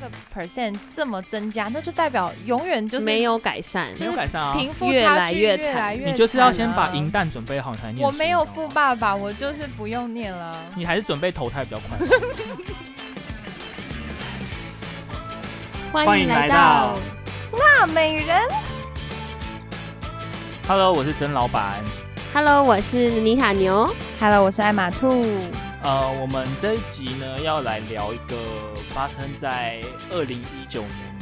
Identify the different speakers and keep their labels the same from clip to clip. Speaker 1: 个 percent 这么增加，那就代表永远就是
Speaker 2: 没有改善，
Speaker 1: 就
Speaker 2: 就是是
Speaker 1: 没有改
Speaker 3: 善啊
Speaker 1: 贫富
Speaker 2: 越
Speaker 1: 差
Speaker 2: 来
Speaker 1: 距越来
Speaker 2: 越
Speaker 1: 越、
Speaker 2: 惨
Speaker 1: 越
Speaker 2: 越
Speaker 3: 你就是要先把银。弹准备好，你才念
Speaker 1: 我
Speaker 3: 书
Speaker 1: 没有
Speaker 3: 你知道
Speaker 1: 富
Speaker 3: 吗
Speaker 1: 爸爸，我就是不用念了。
Speaker 3: 你还是准备投胎比较快吧。
Speaker 2: 欢
Speaker 3: 迎
Speaker 2: 迎
Speaker 3: 来
Speaker 2: 来
Speaker 3: 到
Speaker 2: 到
Speaker 1: 大美人，
Speaker 3: Hello，我是曾老板。
Speaker 2: ，Hello，我是妮塔牛，
Speaker 1: Hello，我是艾玛兔。
Speaker 3: 呃，我们这一集呢要来聊一个发生在二零一九年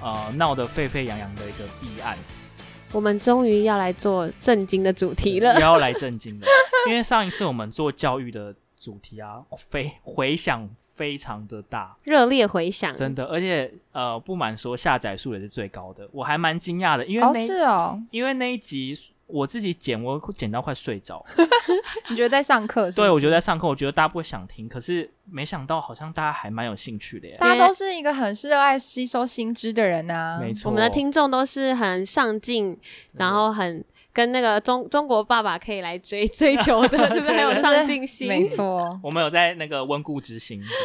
Speaker 3: 呃闹得沸沸扬扬的一个弊案，
Speaker 2: 我们终于要来做正经的主题了
Speaker 3: 也，要来震惊了。因为上一次我们做教育的主题啊，非回响非常的大，
Speaker 2: 热烈回响，
Speaker 3: 真的，而且呃不瞒说下载数也是最高的，我还蛮惊讶的，因为
Speaker 1: 哦，
Speaker 3: 那、
Speaker 1: 是哦，
Speaker 3: 因为那一集我自己剪，我剪到快 睡着。
Speaker 1: 你觉得在上课是不是？
Speaker 3: 对，我觉得在上课，我觉得大家不会想听，可是没想到好像大家还蛮有兴趣的耶。
Speaker 1: 大家都是一个很是热爱吸收新知的人啊呐、
Speaker 3: 没
Speaker 2: 嗯
Speaker 3: 错，
Speaker 2: 我们的听众都是很上进，然后很跟那个中中国爸爸可以来追追求的，对不对？很有上进心，
Speaker 1: 没错，
Speaker 3: 我们有在那个温故知新。对，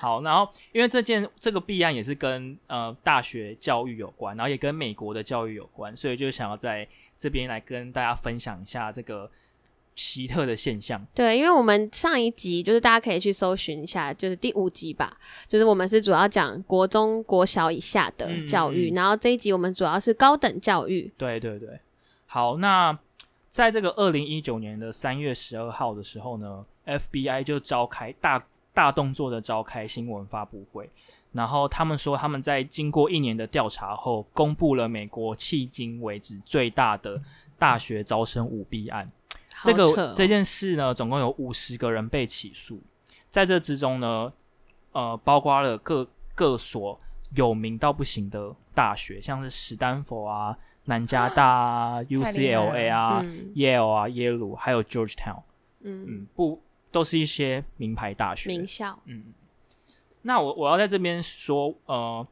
Speaker 3: 好，然后因为这件这个弊案也是跟呃大学教育有关，然后也跟美国的教育有关，所以就想要在这边来跟大家分享一下这个奇特的现象。
Speaker 2: 对，因为我们上一集就是大家可以去搜寻一下，就是第五集吧，就是我们是主要讲国中、国小以下的
Speaker 3: 嗯
Speaker 2: 教育，
Speaker 3: 嗯嗯
Speaker 2: 然后这一集我们主要是高等教育。
Speaker 3: 对对对，好，那在这个二零一九年的三月十二号的时候呢，FBI 就召开大大动作的召开新闻发布会，然后他们说他们在经过一年的调查后，公布了美国迄今为止最大的大学招生舞弊案。这
Speaker 2: 好扯
Speaker 3: 个
Speaker 2: 哦
Speaker 3: 这件事呢，总共有五十个人被起诉，在这之中呢，呃，包括了各各所有名到不行的大学，像是史丹佛啊、南加大啊、UCLA 啊、
Speaker 2: 嗯
Speaker 3: Yale 啊、耶鲁，还有 Georgetown，
Speaker 2: 嗯，
Speaker 3: 嗯，不，都是一些名牌大学。
Speaker 2: 名校
Speaker 3: 嗯，那我我要在这边说，呃，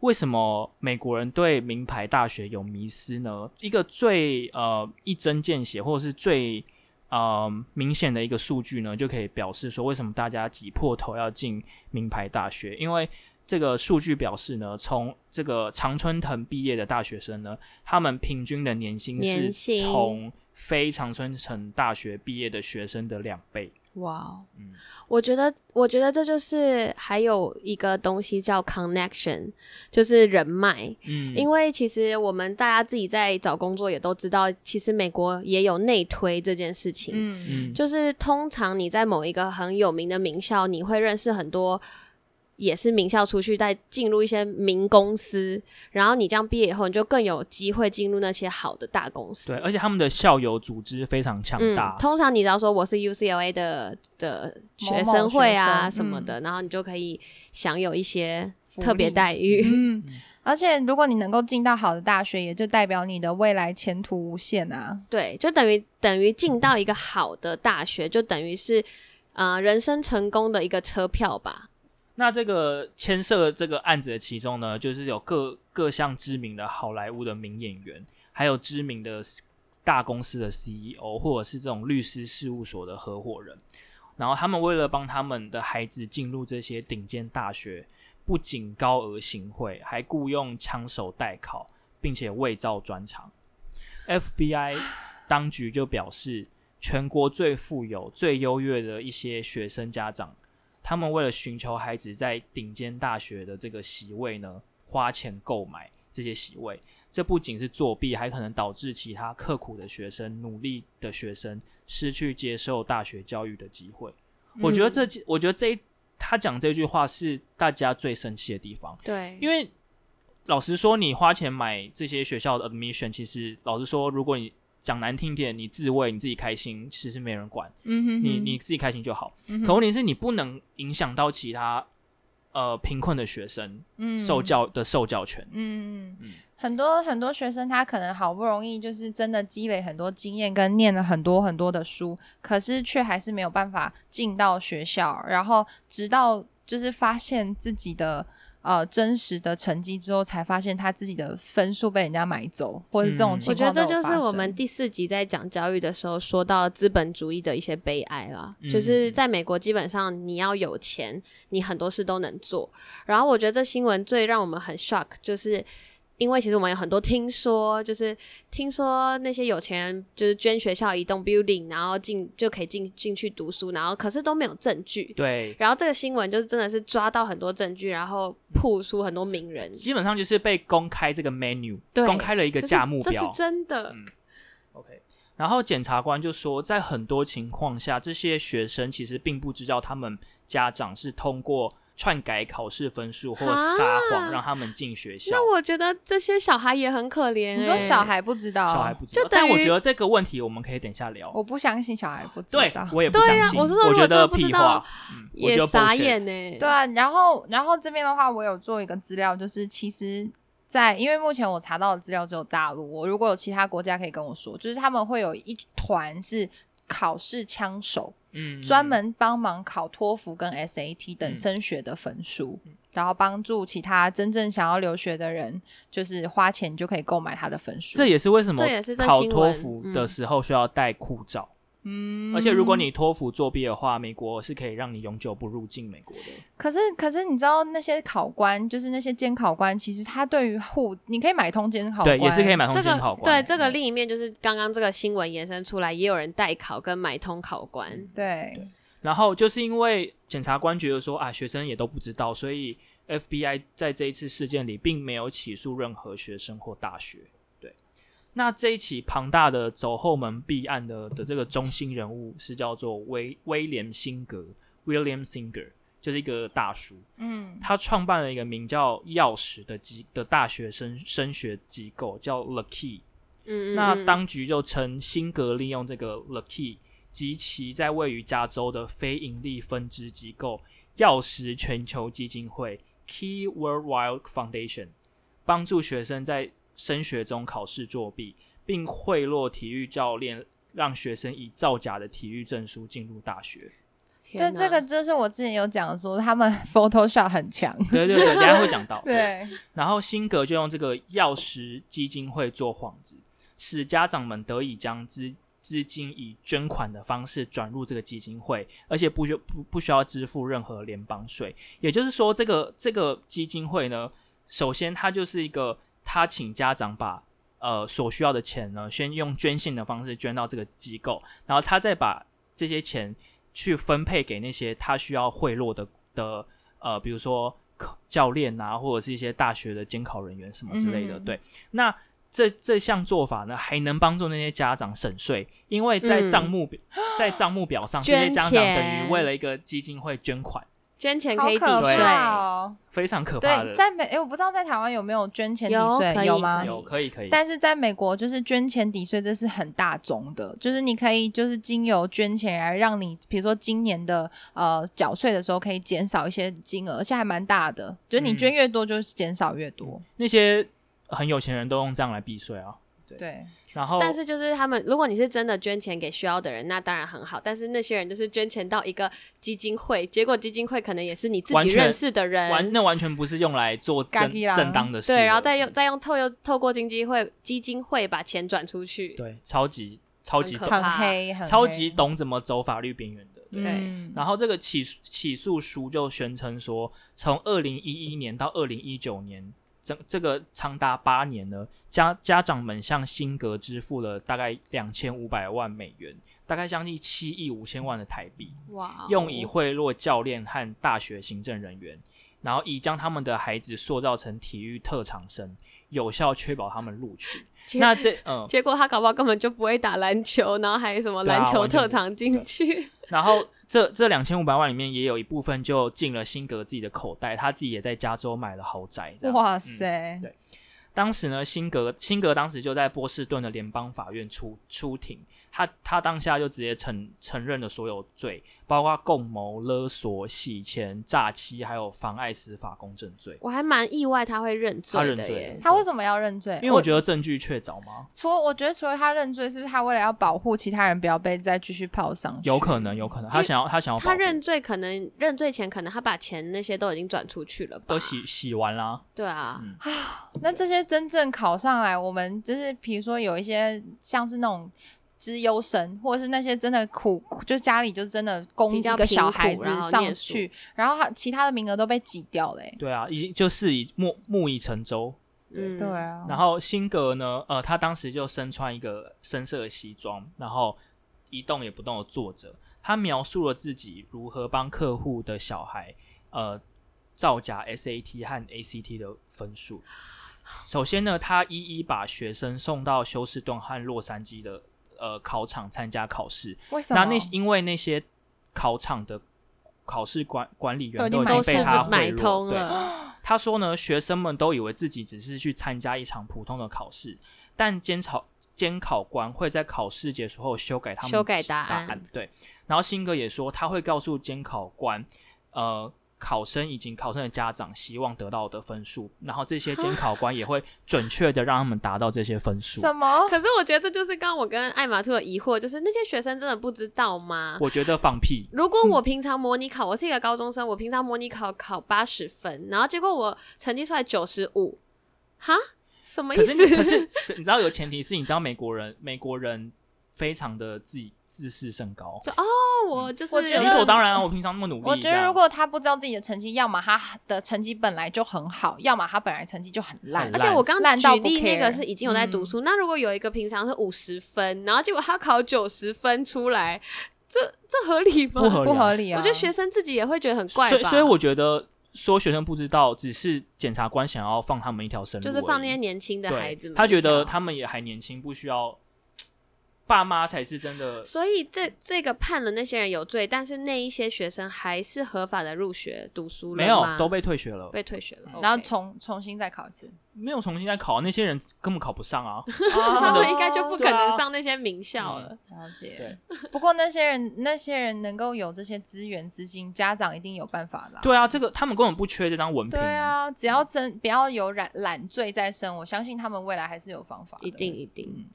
Speaker 3: 为什么美国人对名牌大学有迷思呢？一个最呃一针见血，或者是最呃明显的一个数据呢，就可以表示说为什么大家挤破头要进名牌大学，因为。这个数据表示呢，从这个常春藤毕业的大学生呢，他们平均的年薪
Speaker 2: 年
Speaker 3: 是
Speaker 2: 薪
Speaker 3: 从非常春藤大学毕业的学生的两倍。
Speaker 2: 哇哦，
Speaker 3: 嗯，
Speaker 2: 我觉得，我觉得这就是还有一个东西叫 connection，就是人脉。
Speaker 3: 嗯
Speaker 2: 因为其实我们大家自己在找工作也都知道，其实美国也有内推这件事情。
Speaker 1: 嗯，
Speaker 3: 嗯
Speaker 2: 就是通常你在某一个很有名的名校，你会认识很多也是名校出去，再进入一些名公司，然后你这样毕业以后，你就更有机会进入那些好的大公司。
Speaker 3: 对，而且他们的校友组织非常强
Speaker 2: 嗯
Speaker 3: 大，。
Speaker 2: 通常你只要说我是 UCLA 的的
Speaker 1: 某
Speaker 2: 学
Speaker 1: 某
Speaker 2: 生会
Speaker 1: 学生
Speaker 2: 啊什么
Speaker 1: 嗯
Speaker 2: 的，然后你就可以享有一些
Speaker 1: 福
Speaker 2: 特别
Speaker 1: 利
Speaker 2: 待遇。
Speaker 1: 嗯，而且如果你能够进到好的大学，也就代表你的未来前途无限啊。
Speaker 2: 对，就等于等于进到一个好的大学，就等于是呃人生成功的一个车票吧。
Speaker 3: 那这个牵涉这个案子的其中呢，就是有各各项知名的好莱坞的名演员，还有知名的 s- 大公司的 CEO，或者是这种律师事务所的合伙人。然后他们为了帮他们的孩子进入这些顶尖大学，不仅高额行贿，还雇佣枪手代考，并且伪造专长。FBI 当局就表示，全国最富有、最优越的一些学生家长，他们为了寻求孩子在顶尖大学的这个席位呢，花钱购买这些席位，这不仅是作弊，还可能导致其他刻苦的学生、努力的学生失去接受大学教育的机会。我觉得这，我觉得这一他讲这句话是大家最生气的地方。
Speaker 2: 对
Speaker 3: 因为老实说，你花钱买这些学校的 admission，其实老实说，如果你讲难听点，你自慰你自己开心，其实没人管，
Speaker 1: 嗯哼哼，
Speaker 3: 你你自己开心就好。
Speaker 1: 嗯
Speaker 3: 可
Speaker 1: 哼
Speaker 3: 问题是，你不能影响到其他呃贫困的学生
Speaker 1: 嗯
Speaker 3: 受教的受教权。
Speaker 1: 嗯
Speaker 3: 嗯，
Speaker 1: 很多很多学生他可能好不容易就是真的积累很多经验，跟念了很多很多的书，可是却还是没有办法进到学校，然后直到就是发现自己的呃真实的成绩之后，才发现他自己的分数被人家买走，或是这种
Speaker 3: 嗯
Speaker 1: 情
Speaker 2: 我觉得
Speaker 1: 况都
Speaker 2: 这
Speaker 1: 有发生、
Speaker 2: 就是我们第四集在讲教育的时候说到资本主义的一些悲哀啦。
Speaker 3: 嗯
Speaker 2: 就是在美国，基本上你要有钱，你很多事都能做。然后我觉得这新闻最让我们很 shock，就是因为其实我们有很多听说，就是听说那些有钱人就是捐学校一栋 building，然后进就可以进进去读书，然后可是都没有证据。
Speaker 3: 对，
Speaker 2: 然后这个新闻就是真的是抓到很多证据，然后曝出很多名人，
Speaker 3: 基本上嗯就是被公开这个 menu，
Speaker 2: 嗯对
Speaker 3: 公开了一个
Speaker 2: 就是
Speaker 3: 价目嗯
Speaker 2: 这是
Speaker 3: 表，
Speaker 2: 真的。
Speaker 3: OK，然后检察官就说，在很多情况下，这些学生其实并不知道他们家长是通过篡改考试分数或撒
Speaker 2: 啊
Speaker 3: 谎让他们进学校。
Speaker 2: 那我觉得这些小孩也很可怜、欸。
Speaker 1: 你说小孩不知道，啊
Speaker 3: 小孩不知道
Speaker 2: 就，等于
Speaker 3: 但我觉得这个问题我们可以等一下聊。
Speaker 1: 我不相信小孩不知
Speaker 3: 对
Speaker 1: 道，。
Speaker 3: 我也不相信。
Speaker 2: 对啊我是说如果
Speaker 3: 觉
Speaker 2: 真的
Speaker 3: 得
Speaker 2: 不知
Speaker 3: 屁
Speaker 2: 道
Speaker 3: 话，嗯、我觉
Speaker 2: 也
Speaker 3: 得
Speaker 2: 傻
Speaker 3: bullshit
Speaker 2: 眼呢、欸
Speaker 1: 对啊，然后然后这边的话，我有做一个资料，就是其实在因为目前我查到的资料只有大陆，我如果有其他国家可以跟我说，就是他们会有一团是考试枪手，
Speaker 3: 嗯，
Speaker 1: 专门帮忙考托福跟 SAT 等
Speaker 3: 嗯
Speaker 1: 升学的分数，然后帮助其他真正想要留学的人，就是花钱就可以购买他的分数。
Speaker 3: 这也是为什么
Speaker 2: 这也是这
Speaker 3: 考
Speaker 2: 新
Speaker 3: 托
Speaker 2: 闻
Speaker 3: 福
Speaker 2: 嗯
Speaker 3: 的时候需要带护照。
Speaker 1: 嗯
Speaker 3: 而且如果你托福作弊的话，美国是可以让你永久不入境美国的。
Speaker 1: 可是，可是你知道那些考官，就是那些监考官，其实他对于护，你可以买通监考官，
Speaker 3: 对，也是可以。买通
Speaker 2: 这
Speaker 3: 监考
Speaker 2: 个
Speaker 3: 官。
Speaker 2: 对这个另一面就是刚刚这个新闻延伸出来，也有人代考跟买通考
Speaker 3: 嗯
Speaker 2: 官。
Speaker 1: 对，
Speaker 3: 然后就是因为检察官觉得说啊，学生也都不知道，所以 FBI 在这一次事件里并没有起诉任何学生或大学。对，那这一起庞大的走后门弊案的的这个中心人物是叫做威威廉辛格 （William Singer），就是一个大叔。
Speaker 1: 嗯，
Speaker 3: 他创办了一个名叫“钥匙”的机的大学生升学机构，叫 The Key。
Speaker 2: 嗯，嗯
Speaker 3: 那
Speaker 2: 嗯
Speaker 3: 当局就称辛格利用这个 l u c k y 及其在位于加州的非营利分支机构钥匙全球基金会 Key Worldwide Foundation，帮助学生在升学中考试作弊，并贿赂体育教练，让学生以造假的体育证书进入大学。
Speaker 1: 这
Speaker 2: 天哪
Speaker 1: 这个就是我之前有讲说，他们 Photoshop 很 强。
Speaker 3: 对对对，等一下会讲到。
Speaker 1: 对，
Speaker 3: 然后辛格就用这个钥匙基金会做幌子，使家长们得以将资资金以捐款的方式转入这个基金会，而且不需不不需要支付任何联邦税。也就是说，这个这个基金会呢，首先它就是一个他请家长把。呃，所需要的钱呢，先用捐献的方式捐到这个机构，然后他再把这些钱去分配给那些他需要贿赂的的呃，比如说考教练啊，或者是一些大学的监考人员什么之类的。
Speaker 1: 嗯
Speaker 3: 对，那这这项做法呢，还能帮助那些家长省税，因为在
Speaker 2: 嗯
Speaker 3: 账目表、在账目表上，这
Speaker 2: 捐
Speaker 3: 些家长
Speaker 2: 钱
Speaker 3: 等于为了一个基金会捐款，
Speaker 2: 捐钱
Speaker 1: 好
Speaker 2: 可以抵
Speaker 1: 可
Speaker 2: 税，
Speaker 1: 怕哦。
Speaker 3: 非常可怕
Speaker 1: 对，
Speaker 3: 的。
Speaker 1: 在美，哎，我不知道在台湾有没有捐钱抵
Speaker 2: 有
Speaker 1: 税，
Speaker 2: 可以
Speaker 1: 有吗？
Speaker 3: 有可以可以，
Speaker 1: 但是在美国，就是捐钱抵税，这是很大宗的，就是你可以就是经由捐钱来让你，比如说今年的呃缴税的时候可以减少一些金额，而且还蛮大的，就是你
Speaker 3: 嗯
Speaker 1: 捐越多，就是减少越多。
Speaker 3: 那些很有钱人都用这样来避税啊。
Speaker 1: 对，
Speaker 3: 然后，
Speaker 2: 但是就是他们，如果你是真的捐钱给需要的人，那当然很好。但是那些人就是捐钱到一个基金会，结果基金会可能也是你自
Speaker 3: 完
Speaker 2: 己
Speaker 3: 全
Speaker 2: 认识的人，
Speaker 3: 完那完全不是用来做
Speaker 1: 嘎
Speaker 3: 正
Speaker 1: 叽啦
Speaker 3: 正当的事的，
Speaker 2: 对，然后再用再用透又透过经济会基金会把钱转出去，
Speaker 3: 对超级超级
Speaker 2: 很可
Speaker 3: 懂
Speaker 2: 怕
Speaker 1: 很黑，很黑
Speaker 3: 超级懂怎么走法律边缘的。对。
Speaker 1: 嗯
Speaker 3: 然后这个起诉起诉书就宣称说，从二零一一年到二零一九年，这这个长达八年呢，家家长们向辛格支付了大概两千五百万美元，大概将近七亿五千万的台币，
Speaker 2: 哇哦，
Speaker 3: 用以贿赂教练和大学行政人员，然后以将他们的孩子塑造成体育特长生，有效确保他们录取。
Speaker 2: 结
Speaker 3: 那这嗯，
Speaker 2: 结果他搞不好根本就不会打篮球，然后还什么篮
Speaker 3: 对啊
Speaker 2: 球
Speaker 3: 完全
Speaker 2: 特长进去，
Speaker 3: 然后这这两千五百万里面也有一部分就进了辛格自己的口袋，他自己也在加州买了豪宅。这样嗯
Speaker 1: 哇！塞，
Speaker 3: 对当时呢，辛格辛格当时就在波士顿的联邦法院出出庭，他他当下就直接承承认了所有罪，包括共谋、勒索、洗钱、诈欺，还有妨碍司法公正罪。
Speaker 2: 我还蛮意外他会认
Speaker 3: 他
Speaker 2: 罪
Speaker 3: 认
Speaker 2: 的
Speaker 3: 罪
Speaker 2: 耶
Speaker 3: 了。
Speaker 1: 他为什么要认罪？
Speaker 3: 因为我觉得证据确凿吗？
Speaker 1: 除了我觉得除了他认罪，是不是他为了要保护其他人不要被再继续泡上去？
Speaker 3: 有可能，有可能，他想要他想要保
Speaker 2: 他
Speaker 3: 护
Speaker 2: 认罪可能认罪前，可能他把钱那些都已经转出去了吧
Speaker 3: 都？洗洗完啦，
Speaker 2: 对啊，
Speaker 3: 嗯
Speaker 1: 那这些真正考上来，我们就是比如说有一些像是那种资优生，或者是那些真的苦，就家里就真的供
Speaker 2: 比
Speaker 1: 一
Speaker 2: 较
Speaker 1: 个小孩
Speaker 2: 贫苦
Speaker 1: 子
Speaker 2: 然后
Speaker 1: 上
Speaker 2: 念书
Speaker 1: 去，然后他其他的名额都被挤掉欸嘞、
Speaker 3: 对啊，已经就是以木木已成舟。
Speaker 2: 嗯，
Speaker 1: 对啊，
Speaker 3: 然后辛格呢，呃，他当时就身穿一个深色的西装，然后一动也不动的坐着。他描述了自己如何帮客户的小孩，呃，造假 SAT 和 ACT 的分数。首先呢，他一一把学生送到休斯顿和洛杉矶的呃考场参加考试。
Speaker 1: 为什
Speaker 3: 那
Speaker 1: 么？
Speaker 3: 那因为那些考场的考试管管理员
Speaker 1: 都已
Speaker 3: 都已
Speaker 1: 经
Speaker 3: 经
Speaker 1: 买
Speaker 2: 都是
Speaker 3: 被他
Speaker 2: 买
Speaker 3: 贿
Speaker 2: 通
Speaker 3: 赂，对，
Speaker 2: 了，
Speaker 3: 他说呢，学生们都以为自己只是去参加一场普通的考试，但监考监考官会在考试结束后修改他们
Speaker 2: 修改答
Speaker 3: 答
Speaker 2: 案
Speaker 3: 对，然后辛格也说，他会告诉监考官，呃，考生以及考生的家长希望得到的分数，然后这些监考官也会准确的让他们达到这些分数。
Speaker 1: 什么？
Speaker 2: 可是我觉得这就是刚刚我跟艾玛兔的疑惑，就是那些学生真的不知道吗？
Speaker 3: 我觉得放屁，
Speaker 2: 如果我平常模拟考，我是一个高中生，我平常模拟考考八十分，然后结果我成绩出来九十五，哈，什么意
Speaker 3: 可
Speaker 2: 思？
Speaker 3: 是你可是你知道有前提是你知道美国人美国人非常的自己自视甚高，
Speaker 2: 就哦， 我就是
Speaker 1: 我觉得
Speaker 3: 理所当然啊，我平常那么努力，
Speaker 1: 我觉
Speaker 3: 这
Speaker 1: 得
Speaker 3: 样
Speaker 1: 如果他不知道自己的成绩，要么他的成绩本来就很好，要么他本来成绩就很烂
Speaker 3: 很
Speaker 2: 而
Speaker 3: 烂。
Speaker 2: 且我刚刚
Speaker 1: 烂到
Speaker 2: 举
Speaker 1: 不
Speaker 2: 例那个
Speaker 1: care 嗯
Speaker 2: 是已经有在读书，那如果有一个平常是五十分，然后结果他考九十分出来，这这合理吗？
Speaker 3: 不合理啊
Speaker 1: 不合理啊！
Speaker 2: 我觉得学生自己也会觉得很怪吧。
Speaker 3: 所以，所以我觉得说学生不知道，只是检察官想要放他们一条生路而
Speaker 2: 就
Speaker 3: 已，
Speaker 2: 是放那些年轻的
Speaker 3: 对
Speaker 2: 孩子们，
Speaker 3: 他觉得。他们也还年轻，不需要爸妈才是真的。
Speaker 2: 所以这这个判了那些人有罪，但是那一些学生还是合法的入学读书了
Speaker 3: 没有
Speaker 2: 吗，
Speaker 3: 都被退学了，
Speaker 2: 被退学了。
Speaker 1: 嗯然后
Speaker 2: OK
Speaker 1: 重重新再考一次，
Speaker 3: 没有重新再考，那些人根本考不 上啊。
Speaker 2: 他
Speaker 1: 他
Speaker 2: 们应该就不可能
Speaker 3: 对啊
Speaker 2: 上那些名校
Speaker 3: 嗯
Speaker 2: 了。
Speaker 1: 了解
Speaker 3: 对。
Speaker 1: 不过那些人那些人能够有这些资源资金，家长一定有办法啦。
Speaker 3: 对啊，这个他们根本不缺这张文凭。
Speaker 1: 对啊，只要真不要有染懒罪在身，我相信他们未来还是有方法的。
Speaker 2: 一定一定，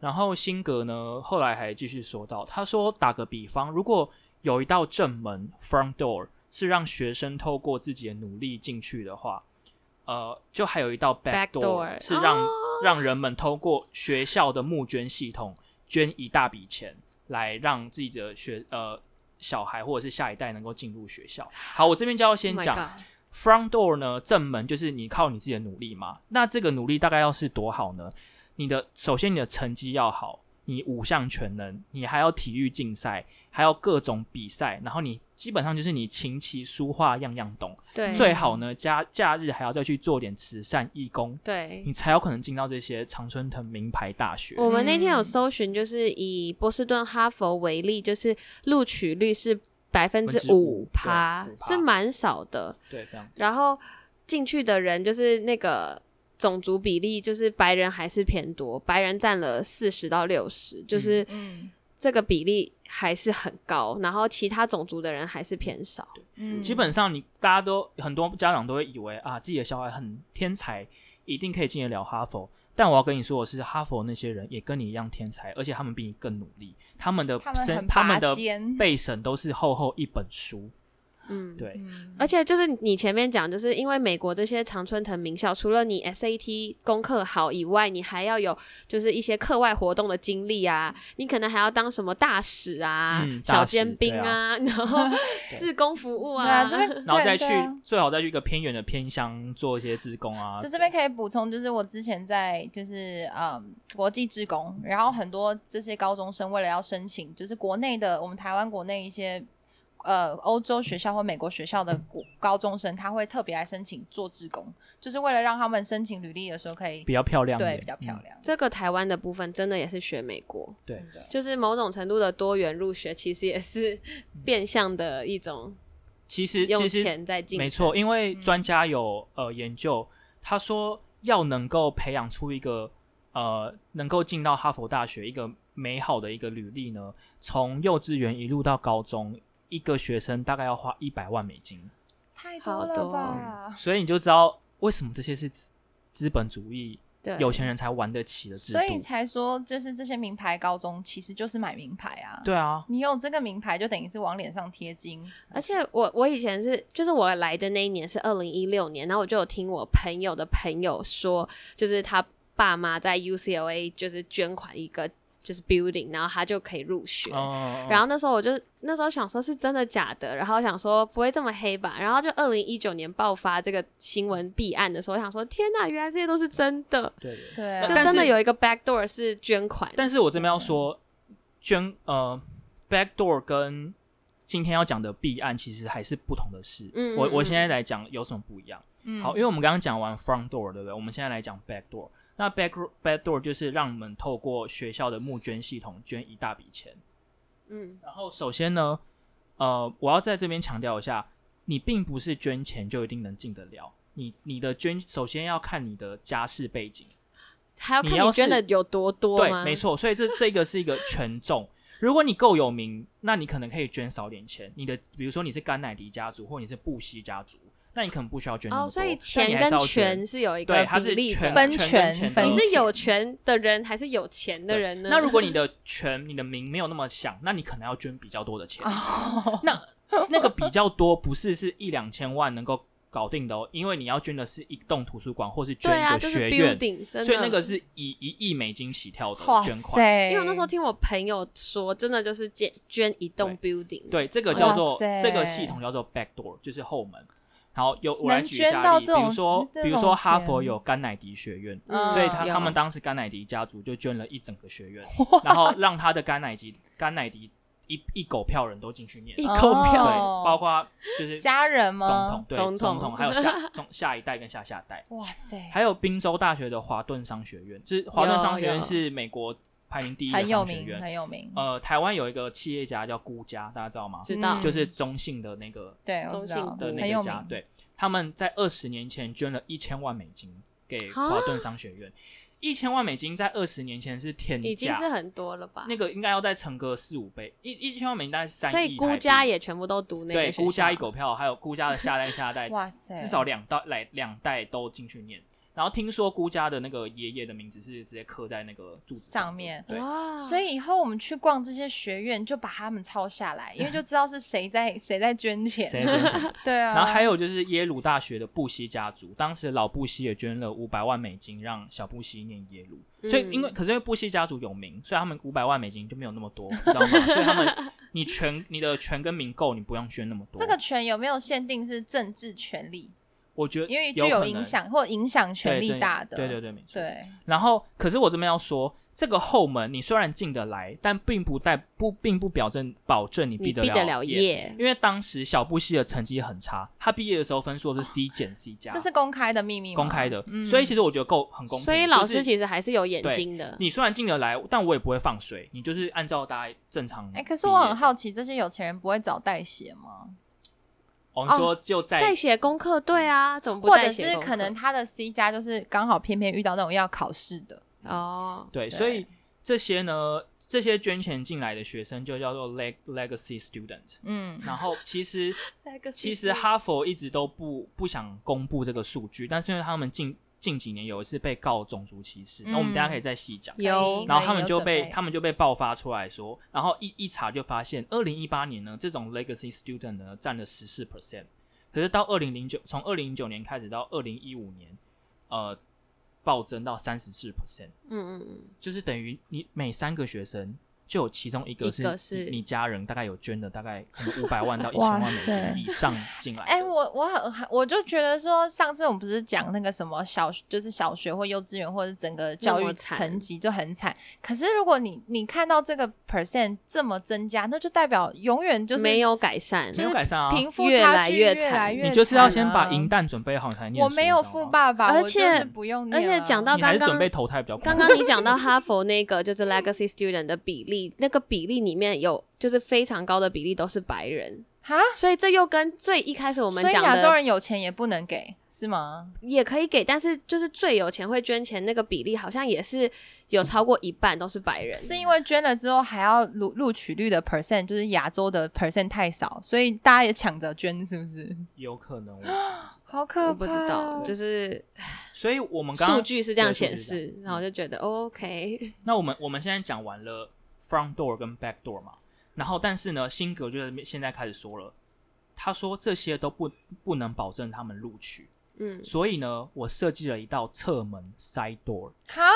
Speaker 3: 然后辛格呢，后来还继续说到，他说打个比方，如果有一道正门 （front door） 是让学生透过自己的努力进去的话，呃，就还有一道 back
Speaker 2: Back door，
Speaker 3: 是让、
Speaker 2: 哦
Speaker 3: 让人们透过学校的募捐系统捐一大笔钱，来让自己的学呃小孩或者是下一代能够进入学校。好，我这边就要先
Speaker 2: Oh my
Speaker 3: 讲
Speaker 2: God
Speaker 3: front door 呢，正门就是你靠你自己的努力嘛。那这个努力大概要是多好呢？你的首先你的成绩要好，你五项全能，你还要体育竞赛，还要各种比赛，然后你基本上就是你琴棋书画样样懂。
Speaker 2: 对
Speaker 3: 最好呢，假假日还要再去做点慈善义工，
Speaker 2: 对
Speaker 3: 你才有可能进到这些常春藤名牌大学。
Speaker 2: 我们那天有
Speaker 1: 嗯
Speaker 2: 搜寻，就是以波士顿、哈佛为例，就是录取率是百分之五
Speaker 3: 5%
Speaker 2: 趴
Speaker 3: 对，5%
Speaker 2: 是蛮少的。
Speaker 3: 对，非常
Speaker 2: 然后进去的人就是那个种族比例，就是白人还是偏多，白人占了四十到六十，就是
Speaker 1: 嗯
Speaker 2: 这个比例还是很高。然后其他种族的人还是偏少。
Speaker 1: 嗯
Speaker 3: 基本上你大家都很多家长都会以为啊，自己的小孩很天才，一定可以进得了哈佛。但我要跟你说的是，哈佛那些人也跟你一样天才，而且他们比你更努力，他们的
Speaker 1: 他们
Speaker 3: 身
Speaker 1: 很
Speaker 3: 他们
Speaker 1: 拔
Speaker 3: 的
Speaker 1: 尖，
Speaker 3: 背审都是厚厚一本书。
Speaker 2: 嗯，
Speaker 3: 对，
Speaker 1: 嗯
Speaker 2: 而且就是你前面讲，就是因为美国这些常春藤名校，除了你 SAT 功课好以外，你还要有就是一些课外活动的经历啊，你可能还要当什么大使啊、
Speaker 3: 嗯
Speaker 2: 小
Speaker 3: 大使
Speaker 2: 尖兵啊， 然后
Speaker 3: 对
Speaker 2: 志工服务
Speaker 1: 对
Speaker 2: 啊，
Speaker 1: 啊，这边
Speaker 3: 然后再
Speaker 1: 对
Speaker 3: 去、
Speaker 1: 对啊
Speaker 3: 最好再去一个偏远的偏乡做一些志工啊。
Speaker 1: 就这边可以补充，就是我之前在就是嗯国际职工，然后很多这些高中生为了要申请，就是国内的我们台湾国内一些呃欧洲学校或美国学校的国高中生，他会特别来申请做职工，就是为了让他们申请履历的时候可以
Speaker 3: 比较漂亮一点，
Speaker 1: 对比较漂
Speaker 3: 嗯
Speaker 1: 亮。
Speaker 2: 这个台湾的部分真的也是学美国，
Speaker 3: 对，
Speaker 1: 真的
Speaker 2: 就是某种程度的多元入学，其实也是变相的一种
Speaker 3: 嗯其实
Speaker 2: 用
Speaker 3: 其实
Speaker 2: 钱在进，
Speaker 3: 没错，，因为专家有呃研究，他说要能够培养出一个呃能够进到哈佛大学一个美好的一个履历呢，从幼稚园一路到高中，一个学生大概要花一百万美金，
Speaker 1: 太
Speaker 2: 好
Speaker 1: 多了
Speaker 2: 多
Speaker 1: 吧？
Speaker 3: 所以你就知道为什么这些是资资本主义
Speaker 2: 对，
Speaker 3: 有钱人才玩得起的制度
Speaker 1: 所。以才说，就是这些名牌高中其实就是买名牌啊。，
Speaker 3: 对啊，
Speaker 1: 你有这个名牌，就等于是往脸上贴金。
Speaker 2: 而且我我以前是，就是我来的那一年是二零一六年，然后我就有听我朋友的朋友说，就是他爸妈在 UCLA 就是捐款一个就是 building，然后他就可以入学。
Speaker 3: 嗯，
Speaker 2: 然
Speaker 3: 后
Speaker 2: 后那时候我就那时候想说是真的假的，然后想说不会这么黑吧，然后就二零一九年爆发这个新闻弊案的时候，我想说天呐，原来这些都是真的，
Speaker 3: 对对
Speaker 1: 对
Speaker 3: 呃
Speaker 2: 就
Speaker 1: 啊，
Speaker 3: 但
Speaker 2: 真的
Speaker 3: 是
Speaker 2: 有一个 backdoor 是捐款，
Speaker 3: 但是我这边要说，捐呃，backdoor 跟今天要讲的弊案其实还是不同的事。
Speaker 2: 嗯
Speaker 3: 我
Speaker 2: 嗯
Speaker 3: 我
Speaker 2: 嗯
Speaker 3: 现在来讲有什么不一样？
Speaker 1: 嗯
Speaker 3: 好，因为我们刚刚讲完 front door，对不对？我们现在来讲 backdoor。那 back backdoor 就是让我们透过学校的募捐系统捐一大笔钱。
Speaker 2: 嗯
Speaker 3: 然后首先呢，呃，我要在这边强调一下，你并不是捐钱就一定能进得了。你你的捐首先要看你的家世背景，
Speaker 2: 还要
Speaker 3: 你
Speaker 2: 看
Speaker 3: 要
Speaker 2: 你捐
Speaker 3: 是
Speaker 2: 的有多多吗？
Speaker 3: 对，没，错，所以这这个是一个权重。如果你够有名，那你可能可以捐少点钱。你的比如说你是甘乃迪家族，或你是布希家族，那你可能不需要捐那么多。
Speaker 2: 哦，所以
Speaker 3: 但你
Speaker 2: 钱
Speaker 3: 还
Speaker 2: 跟
Speaker 3: 是要捐
Speaker 2: 权是有一
Speaker 3: 对，
Speaker 2: 个
Speaker 3: 它
Speaker 2: 比
Speaker 3: 是
Speaker 2: 例
Speaker 3: 权
Speaker 2: 的。
Speaker 1: 分
Speaker 3: 权
Speaker 1: 权
Speaker 3: 跟钱
Speaker 1: 分
Speaker 3: 的
Speaker 2: 你
Speaker 1: 权
Speaker 2: 是有权的人还是有钱的
Speaker 3: 对
Speaker 2: 人呢？
Speaker 3: 那如果你的权、你的名没有那么响，那你可能要捐比较多的钱。
Speaker 1: 哦，
Speaker 3: 那那个比较多，不是是一两千万能够搞定的哦，因为你要捐的是一栋图书馆，或是
Speaker 2: 对
Speaker 3: 捐一
Speaker 2: 啊，
Speaker 3: 个
Speaker 2: 就是
Speaker 3: 学院，
Speaker 2: building，真的。
Speaker 3: 所以那个是以一亿美金起跳的
Speaker 1: 哇
Speaker 3: 捐款。
Speaker 1: 塞！
Speaker 2: 因为我
Speaker 3: 哦
Speaker 2: 那时候听我朋友说，真的就是捐捐一栋 building，
Speaker 3: 对，这个叫做
Speaker 1: 哇塞
Speaker 3: 这个系统叫做 backdoor，就是后门。好，有我
Speaker 1: 能
Speaker 3: 来举一下
Speaker 1: 捐到
Speaker 3: 例，
Speaker 1: 这
Speaker 3: 比如
Speaker 1: 种嗯
Speaker 3: 说
Speaker 1: 这
Speaker 3: 比如
Speaker 1: 种
Speaker 3: 说哈佛
Speaker 1: 钱啊
Speaker 3: 有甘乃迪学院，
Speaker 2: 嗯
Speaker 3: 所以他
Speaker 2: 有
Speaker 3: 他们当时甘乃迪家族就捐了一整个学院，然后让他的甘乃迪甘乃迪一一狗票人都进去念，
Speaker 2: 一
Speaker 3: 对，
Speaker 2: 口票
Speaker 1: 哦
Speaker 3: 包括就是
Speaker 1: 家人
Speaker 3: 总
Speaker 1: 吗
Speaker 3: 统？对
Speaker 2: 总
Speaker 3: 总
Speaker 2: 统
Speaker 3: 统，还有下中下一代跟下下代，
Speaker 1: 哇塞，
Speaker 3: 还有宾州大学的华顿商学院，就是华顿
Speaker 2: 有
Speaker 3: 商学院
Speaker 2: 有
Speaker 3: 是美国排名第一的
Speaker 1: 很有
Speaker 3: 商学
Speaker 1: 名，
Speaker 3: 院。
Speaker 1: 很有名。
Speaker 3: 呃，台湾有一个企业家叫顾家，大家知道吗？
Speaker 2: 知道
Speaker 1: 嗯
Speaker 3: 就是中信的那个
Speaker 1: 对，我
Speaker 2: 中
Speaker 1: 知
Speaker 2: 信
Speaker 1: 道
Speaker 2: 部
Speaker 3: 的
Speaker 1: 很
Speaker 3: 那
Speaker 1: 有
Speaker 3: 个家
Speaker 1: 名，。
Speaker 3: 对，他们在二十年前捐了一千万美金给
Speaker 2: 啊
Speaker 3: 华顿商学院，一千万美金在二十年前是天
Speaker 2: 已经是
Speaker 3: 价，
Speaker 2: 很多了吧？
Speaker 3: 那个应该要再乘个四五倍，一一千万美金大概是三亿
Speaker 2: 所
Speaker 3: 台币，
Speaker 2: 以孤家也全部都读那个
Speaker 3: 对，
Speaker 2: 学校
Speaker 3: 孤家一狗票，还有孤家的下代下代，
Speaker 1: 哇塞，
Speaker 3: 至少两代来两代都进去念。然后听说孤家的那个爷爷的名字是直接刻在那个柱子
Speaker 1: 上
Speaker 3: 的
Speaker 1: 面
Speaker 3: 对，
Speaker 2: 哇，
Speaker 1: 所以以后我们去逛这些学院，就把他们抄下来，因为 就知道是谁在谁在捐
Speaker 3: 谁
Speaker 1: 钱。
Speaker 3: 谁谁
Speaker 1: 对啊，
Speaker 3: 然后还有就是耶鲁大学的布希家族，当时老布希也捐了五百万美金让小布希念耶鲁，所以因为
Speaker 2: 嗯
Speaker 3: 可是因为布希家族有名，所以他们五百万美金就没有那么多，你知道吗？所以他 们你权你的权跟名够，你不用捐那么多。
Speaker 1: 这个权有没有限定是政治权利？
Speaker 3: 我觉得
Speaker 1: 因为具
Speaker 3: 呃有可
Speaker 1: 有
Speaker 3: 能
Speaker 1: 影响或影响权力大的。
Speaker 3: 对对对，没错。
Speaker 1: 对
Speaker 3: 然后可是我这边要说，这个后门你虽然进得来，但并不代不并不表证保证
Speaker 2: 你
Speaker 3: 你毕
Speaker 2: 毕得了业，
Speaker 3: 因为当时小布希的成绩很差，他毕业的时候分数是 C 减 C 加，
Speaker 1: 这是公开的秘密吗，
Speaker 3: 公开的，
Speaker 1: 嗯
Speaker 3: 所以其实我觉得够很公平。
Speaker 2: 所以老师
Speaker 3: 就是
Speaker 2: 其实还是有眼
Speaker 3: 对
Speaker 2: 睛的。
Speaker 3: 你虽然进得来，但我也不会放水，你就是按照大家正常毕
Speaker 1: 哎、
Speaker 3: 业。
Speaker 1: 可是我很好奇，这些有钱人不会找代写吗？
Speaker 3: 哦，你说就
Speaker 2: 代
Speaker 3: 在
Speaker 2: 写功课对啊，怎么不
Speaker 1: 或
Speaker 2: 代
Speaker 1: 者
Speaker 2: 写
Speaker 1: 是
Speaker 2: 功课
Speaker 1: 可能他的 C 加就是刚好偏偏遇到那种要考试的，
Speaker 2: 哦，
Speaker 3: 对，
Speaker 1: 对
Speaker 3: 所以这些呢，这些捐钱进来的学生就叫做 leg legacy student。
Speaker 1: 嗯，
Speaker 3: 然后其实其实哈佛一直都不不想公布这个数据，但是因为他们近近几年有一次被告种族歧视，那、我们
Speaker 1: 嗯
Speaker 3: 大家可以再细讲。
Speaker 2: 有
Speaker 3: 然后他们就被他
Speaker 1: 们
Speaker 3: 们就被爆发出来说，然后一一查就发现，二零一八年呢，这种 legacy student 呢占了十四 percent，可是到二零零九，从二零零九年开始到二零一五年，呃，暴增到三十四 percent，
Speaker 2: 嗯嗯嗯，
Speaker 3: 就是等于你每三个学生就有其中一个是
Speaker 2: 一个是
Speaker 3: 你你家人大概有捐的大概可 能五百万到一千万美
Speaker 1: 哇塞
Speaker 3: 金以上进来的。
Speaker 1: 哎、我我很我就觉得说，上次我们不是讲那个什么小，就是小学或幼稚园或者整个教
Speaker 2: 那么
Speaker 1: 育
Speaker 2: 惨
Speaker 1: 层级就很惨。可是如果你你看到这个 percent 这么增加，那就代表永远就是
Speaker 2: 没有改善，
Speaker 1: 就
Speaker 3: 没
Speaker 1: 是
Speaker 3: 有改善啊
Speaker 1: 贫富
Speaker 2: 越
Speaker 1: 差
Speaker 2: 来
Speaker 1: 距
Speaker 2: 越
Speaker 1: 越
Speaker 2: 惨
Speaker 1: 来越
Speaker 3: 你就是要先
Speaker 1: 惨
Speaker 3: 把
Speaker 1: 啊
Speaker 3: 银弹准备好才念
Speaker 1: 我
Speaker 3: 书
Speaker 1: 没有
Speaker 3: 你知道
Speaker 1: 富
Speaker 3: 吗
Speaker 1: 爸爸，
Speaker 2: 而
Speaker 1: 我就
Speaker 2: 且
Speaker 1: 是不用
Speaker 2: 而
Speaker 1: 念啊、
Speaker 2: 且讲到
Speaker 3: 你还
Speaker 2: 刚
Speaker 3: 是准
Speaker 2: 刚
Speaker 3: 备投胎比较快。
Speaker 2: 刚刚你讲到哈佛那个就是 legacy student 的比例，那个比例里面有就是非常高的比例都是白人，
Speaker 1: 哈，
Speaker 2: 所以这又跟最一开始我们
Speaker 1: 所以
Speaker 2: 讲
Speaker 1: 亚洲
Speaker 2: 的
Speaker 1: 人有钱也不能给，是吗？
Speaker 2: 也可以给，但是就是最有钱会捐钱那个比例，好像也是有超过一半都是白人。
Speaker 1: 是因为捐了之后还要录录取率的 percent，就是亚洲的 percent 太少，所以大家也抢着捐，是不是？
Speaker 3: 有可能 我不知道。
Speaker 1: 好可怕！哦
Speaker 2: 我不知道，就是
Speaker 3: 所以我们刚
Speaker 2: 数
Speaker 3: 刚
Speaker 2: 据是这样
Speaker 3: 对数据
Speaker 2: 显
Speaker 3: 是这样
Speaker 2: 示，然后我就觉得、哦 OK，
Speaker 3: 那我们我们现在讲完了 front door 跟 back door 嘛，然后但是呢，辛格就是现在开始说了，他说这些都不不能保证他们录取，
Speaker 2: 嗯，
Speaker 3: 所以呢，我设计了一道侧门 side door，
Speaker 1: 哈，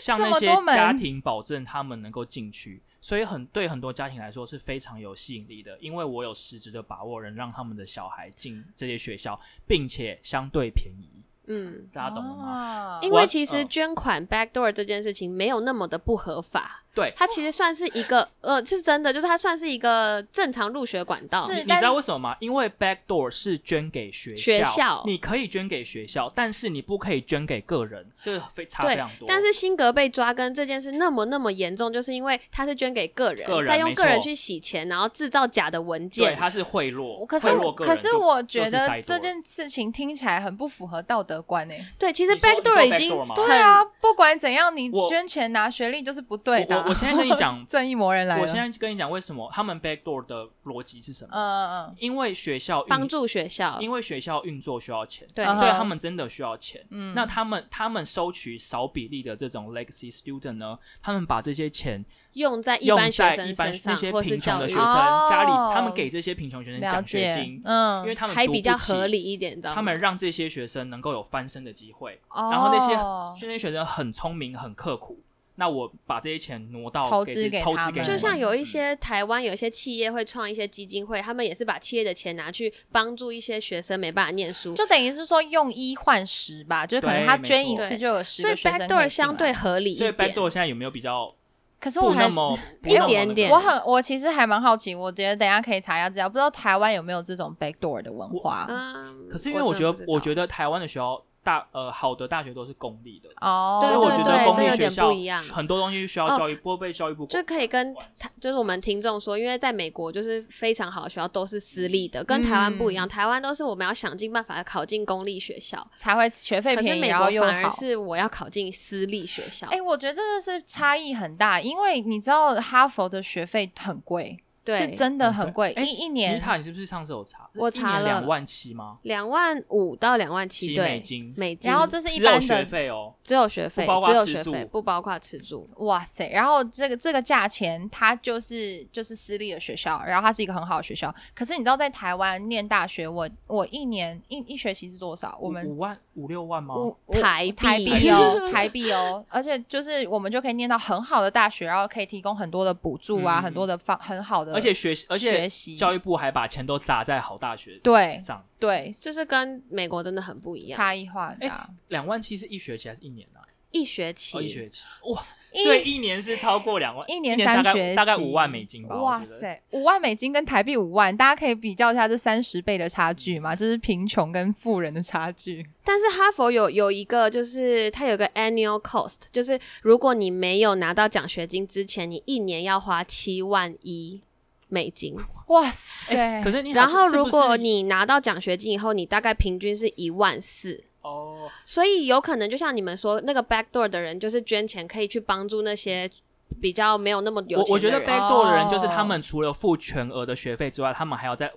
Speaker 3: 像
Speaker 1: 这
Speaker 3: 那
Speaker 1: 么
Speaker 3: 些
Speaker 1: 多门
Speaker 3: 家庭保证他们能够进去，所以很对很多家庭来说是非常有吸引力的，因为我有实质的把握能让他们的小孩进这些学校，并且相对便宜，
Speaker 2: 嗯，
Speaker 3: 大家懂了吗？
Speaker 1: 啊
Speaker 2: 因
Speaker 3: 我
Speaker 2: 为其实
Speaker 3: 嗯
Speaker 2: 捐款 backdoor 这件事情没有那么的不合法，
Speaker 3: 对，
Speaker 2: 它其实算是一个呃，是真的，就是它算是一个正常入学管道。
Speaker 1: 是
Speaker 3: 你
Speaker 1: 但
Speaker 3: 知道为什么吗？因为 backdoor 是捐给学校，
Speaker 2: 学校
Speaker 3: 你可以捐给学校，但是你不可以捐给个人，这个非差非
Speaker 2: 对
Speaker 3: 常多。
Speaker 2: 但是辛格被抓跟这件事那么那么严重，就是因为他是捐给个人，
Speaker 3: 个人
Speaker 2: 再用
Speaker 3: 没错
Speaker 2: 个人去洗钱，然后制造假的文
Speaker 3: 对，
Speaker 2: 件。
Speaker 3: 它是贿�赂，
Speaker 1: 可是
Speaker 3: 贿
Speaker 1: 我
Speaker 3: 赂个
Speaker 1: 可
Speaker 3: 人
Speaker 1: 是
Speaker 3: 就
Speaker 1: 我
Speaker 3: 就
Speaker 1: 觉
Speaker 3: 是
Speaker 1: 得
Speaker 3: side
Speaker 1: 这
Speaker 3: door
Speaker 1: 件事情听起来很不符合道德观诶、
Speaker 2: 对，其实
Speaker 3: 你说你
Speaker 2: backdoor
Speaker 3: 说
Speaker 2: 已经
Speaker 3: backdoor 吗
Speaker 2: 很
Speaker 1: 对啊，不管怎样，你
Speaker 3: 我
Speaker 1: 捐钱拿学历就是不对的啊、
Speaker 3: 我我我现在跟你 讲
Speaker 1: 正义魔人来了。
Speaker 3: 我现在跟你讲为什么他们 backdoor 的逻辑是什么？
Speaker 1: 嗯嗯
Speaker 3: 因为学校运
Speaker 2: 帮，助学校，
Speaker 3: 因为学校运作需要钱，
Speaker 2: 对
Speaker 3: 所以
Speaker 1: 嗯哼
Speaker 3: 他们真的需要钱。
Speaker 1: 嗯，
Speaker 3: 那他们他们收取少比例的这种 legacy student 呢，他们把这些钱
Speaker 2: 用在一
Speaker 3: 用
Speaker 2: 般学
Speaker 3: 在
Speaker 2: 生
Speaker 3: 一般
Speaker 2: 身
Speaker 3: 那
Speaker 2: 上，
Speaker 3: 些
Speaker 2: 或是
Speaker 3: 贫穷
Speaker 2: 教
Speaker 3: 的
Speaker 2: 育
Speaker 3: 学
Speaker 1: 育
Speaker 3: 生家里，
Speaker 1: 哦
Speaker 3: 他们给这些贫穷学生
Speaker 1: 了
Speaker 3: 奖
Speaker 1: 解
Speaker 3: 学金，
Speaker 1: 嗯，
Speaker 3: 因为他们
Speaker 2: 还
Speaker 3: 读
Speaker 2: 比
Speaker 3: 不
Speaker 2: 较
Speaker 3: 起
Speaker 2: 合理一点，你知道吗
Speaker 3: 他们让这些学生能够有翻身的机会，
Speaker 1: 哦
Speaker 3: 然后那些这些学生很聪明、很刻苦，那我把这些钱挪到
Speaker 1: 投
Speaker 3: 给
Speaker 1: 资
Speaker 3: 自己
Speaker 1: 给
Speaker 3: 投
Speaker 1: 他
Speaker 3: 资给
Speaker 1: 们
Speaker 3: 你
Speaker 2: 就
Speaker 3: 们
Speaker 2: 像有一些台湾有一些企业会创一些基金会，他们也是把企业的钱拿去帮助一些学生没办法念书，
Speaker 1: 就等于是说用一换十吧，就可能
Speaker 3: 对
Speaker 1: 他
Speaker 3: 没
Speaker 1: 捐一
Speaker 3: 错
Speaker 1: 次就有十
Speaker 2: 所以
Speaker 1: 个学生可以
Speaker 2: backdoor
Speaker 1: 进
Speaker 2: 相
Speaker 1: 来
Speaker 2: 对，合理一
Speaker 3: 所以
Speaker 2: 点。
Speaker 3: backdoor 现在有没有比较
Speaker 1: 可是我
Speaker 3: 不
Speaker 1: 还
Speaker 3: 那
Speaker 1: 是
Speaker 3: 么
Speaker 2: 一
Speaker 3: 不那么
Speaker 2: 点
Speaker 3: 那个
Speaker 2: 点
Speaker 1: 我很我其实还蛮好奇，我觉得等一下可以查一下资料，不知道台湾有没有这种 backdoor 的文化
Speaker 2: 嗯，
Speaker 3: 可是因为我觉得，我觉
Speaker 2: 得
Speaker 3: 得台湾的学校大呃好的大学都是公立的，
Speaker 1: 哦。
Speaker 2: 对
Speaker 3: 所以我
Speaker 2: 对
Speaker 3: 觉
Speaker 2: 对
Speaker 3: 得公
Speaker 2: 这
Speaker 3: 立
Speaker 2: 有
Speaker 3: 学
Speaker 2: 点
Speaker 3: 校
Speaker 2: 不一样
Speaker 3: 很多东西需要
Speaker 2: 哦
Speaker 3: 教育部被教育部
Speaker 2: 就可以跟台就是我们听众说，因为在美国就是非常好的学校都是私立的，跟台湾不一样，
Speaker 3: 嗯
Speaker 2: 台湾都是我们要想尽办法考进公立学校，
Speaker 1: 才会学费
Speaker 2: 可是
Speaker 1: 便宜，
Speaker 2: 美
Speaker 1: 然后
Speaker 2: 国
Speaker 1: 又
Speaker 2: 反而
Speaker 1: 好。
Speaker 2: 是我要考进私立学校。
Speaker 1: 哎、我觉得这个是差异很大，因为你知道哈佛的学费很贵，
Speaker 2: 对
Speaker 1: 是真的很贵，
Speaker 3: 哎
Speaker 1: 一一
Speaker 3: 妮
Speaker 1: 年
Speaker 3: 塔，你是不是上次有查？
Speaker 2: 我
Speaker 3: 一
Speaker 2: 查
Speaker 3: 年
Speaker 2: 了
Speaker 3: 两万七吗？
Speaker 2: 两万五到两万
Speaker 3: 七
Speaker 2: 对，
Speaker 3: 美金
Speaker 2: 美金，
Speaker 1: 然后这是一
Speaker 3: 只有
Speaker 1: 般
Speaker 3: 学
Speaker 1: 的，
Speaker 3: 费哦，
Speaker 2: 只有学费，
Speaker 3: 不包括
Speaker 2: 只有
Speaker 3: 吃
Speaker 2: 学费，
Speaker 3: 住
Speaker 2: 不包括吃住。
Speaker 1: 哇塞！然后这个这个价钱，它就是就是私立的学校，然后它是一个很好的学校。可是你知道，在台湾念大学，我我一年一一学期是多少？我们
Speaker 3: 五五万五六万吗？
Speaker 1: 五
Speaker 2: 台币
Speaker 1: 台币哦， 台币哦，而且就是我们就可以念到很好的大学，然后可以提供很多的补助啊，
Speaker 3: 嗯
Speaker 1: 很多的方很好的，
Speaker 3: 而且学而且
Speaker 1: 学习
Speaker 3: 教育部还把钱都砸在好大学
Speaker 1: 对
Speaker 3: 上。
Speaker 1: 对
Speaker 2: 就是跟美国真的很不一样。
Speaker 1: 差异化
Speaker 3: 哎
Speaker 1: 很大。
Speaker 3: 两万七是一学期还是一年啊？
Speaker 2: 一学期，
Speaker 3: 哦，一学期哇，
Speaker 1: 一
Speaker 3: 所以一年是超过两万，
Speaker 1: 一
Speaker 3: 年
Speaker 1: 年三
Speaker 3: 大
Speaker 1: 学期
Speaker 3: 概大概五万美金吧。
Speaker 1: 哇
Speaker 3: 我觉得，
Speaker 1: 塞，五万美金跟台币五万，大家可以比较一下这三十倍的差距嘛，这是贫穷跟富人的差距。
Speaker 2: 但是哈佛有有一个，就是它有个 annual cost，就是如果你没有拿到奖学金之前，你一年要花七万一美金。
Speaker 1: 哇塞！
Speaker 3: 哎可是你
Speaker 2: 然后
Speaker 3: 是不
Speaker 2: 如
Speaker 3: 是
Speaker 2: 果你拿到奖学金以后，你大概平均是一万四。
Speaker 3: 哦，
Speaker 2: 所以有可能就像你们说，那个 backdoor 的人就是捐钱可以去帮助那些比较没有那么有
Speaker 3: 我我
Speaker 2: 钱
Speaker 3: 觉
Speaker 2: 的
Speaker 3: 得
Speaker 2: 人。
Speaker 3: backdoor 的人就是他们除了付全额的学费之外，他们还要再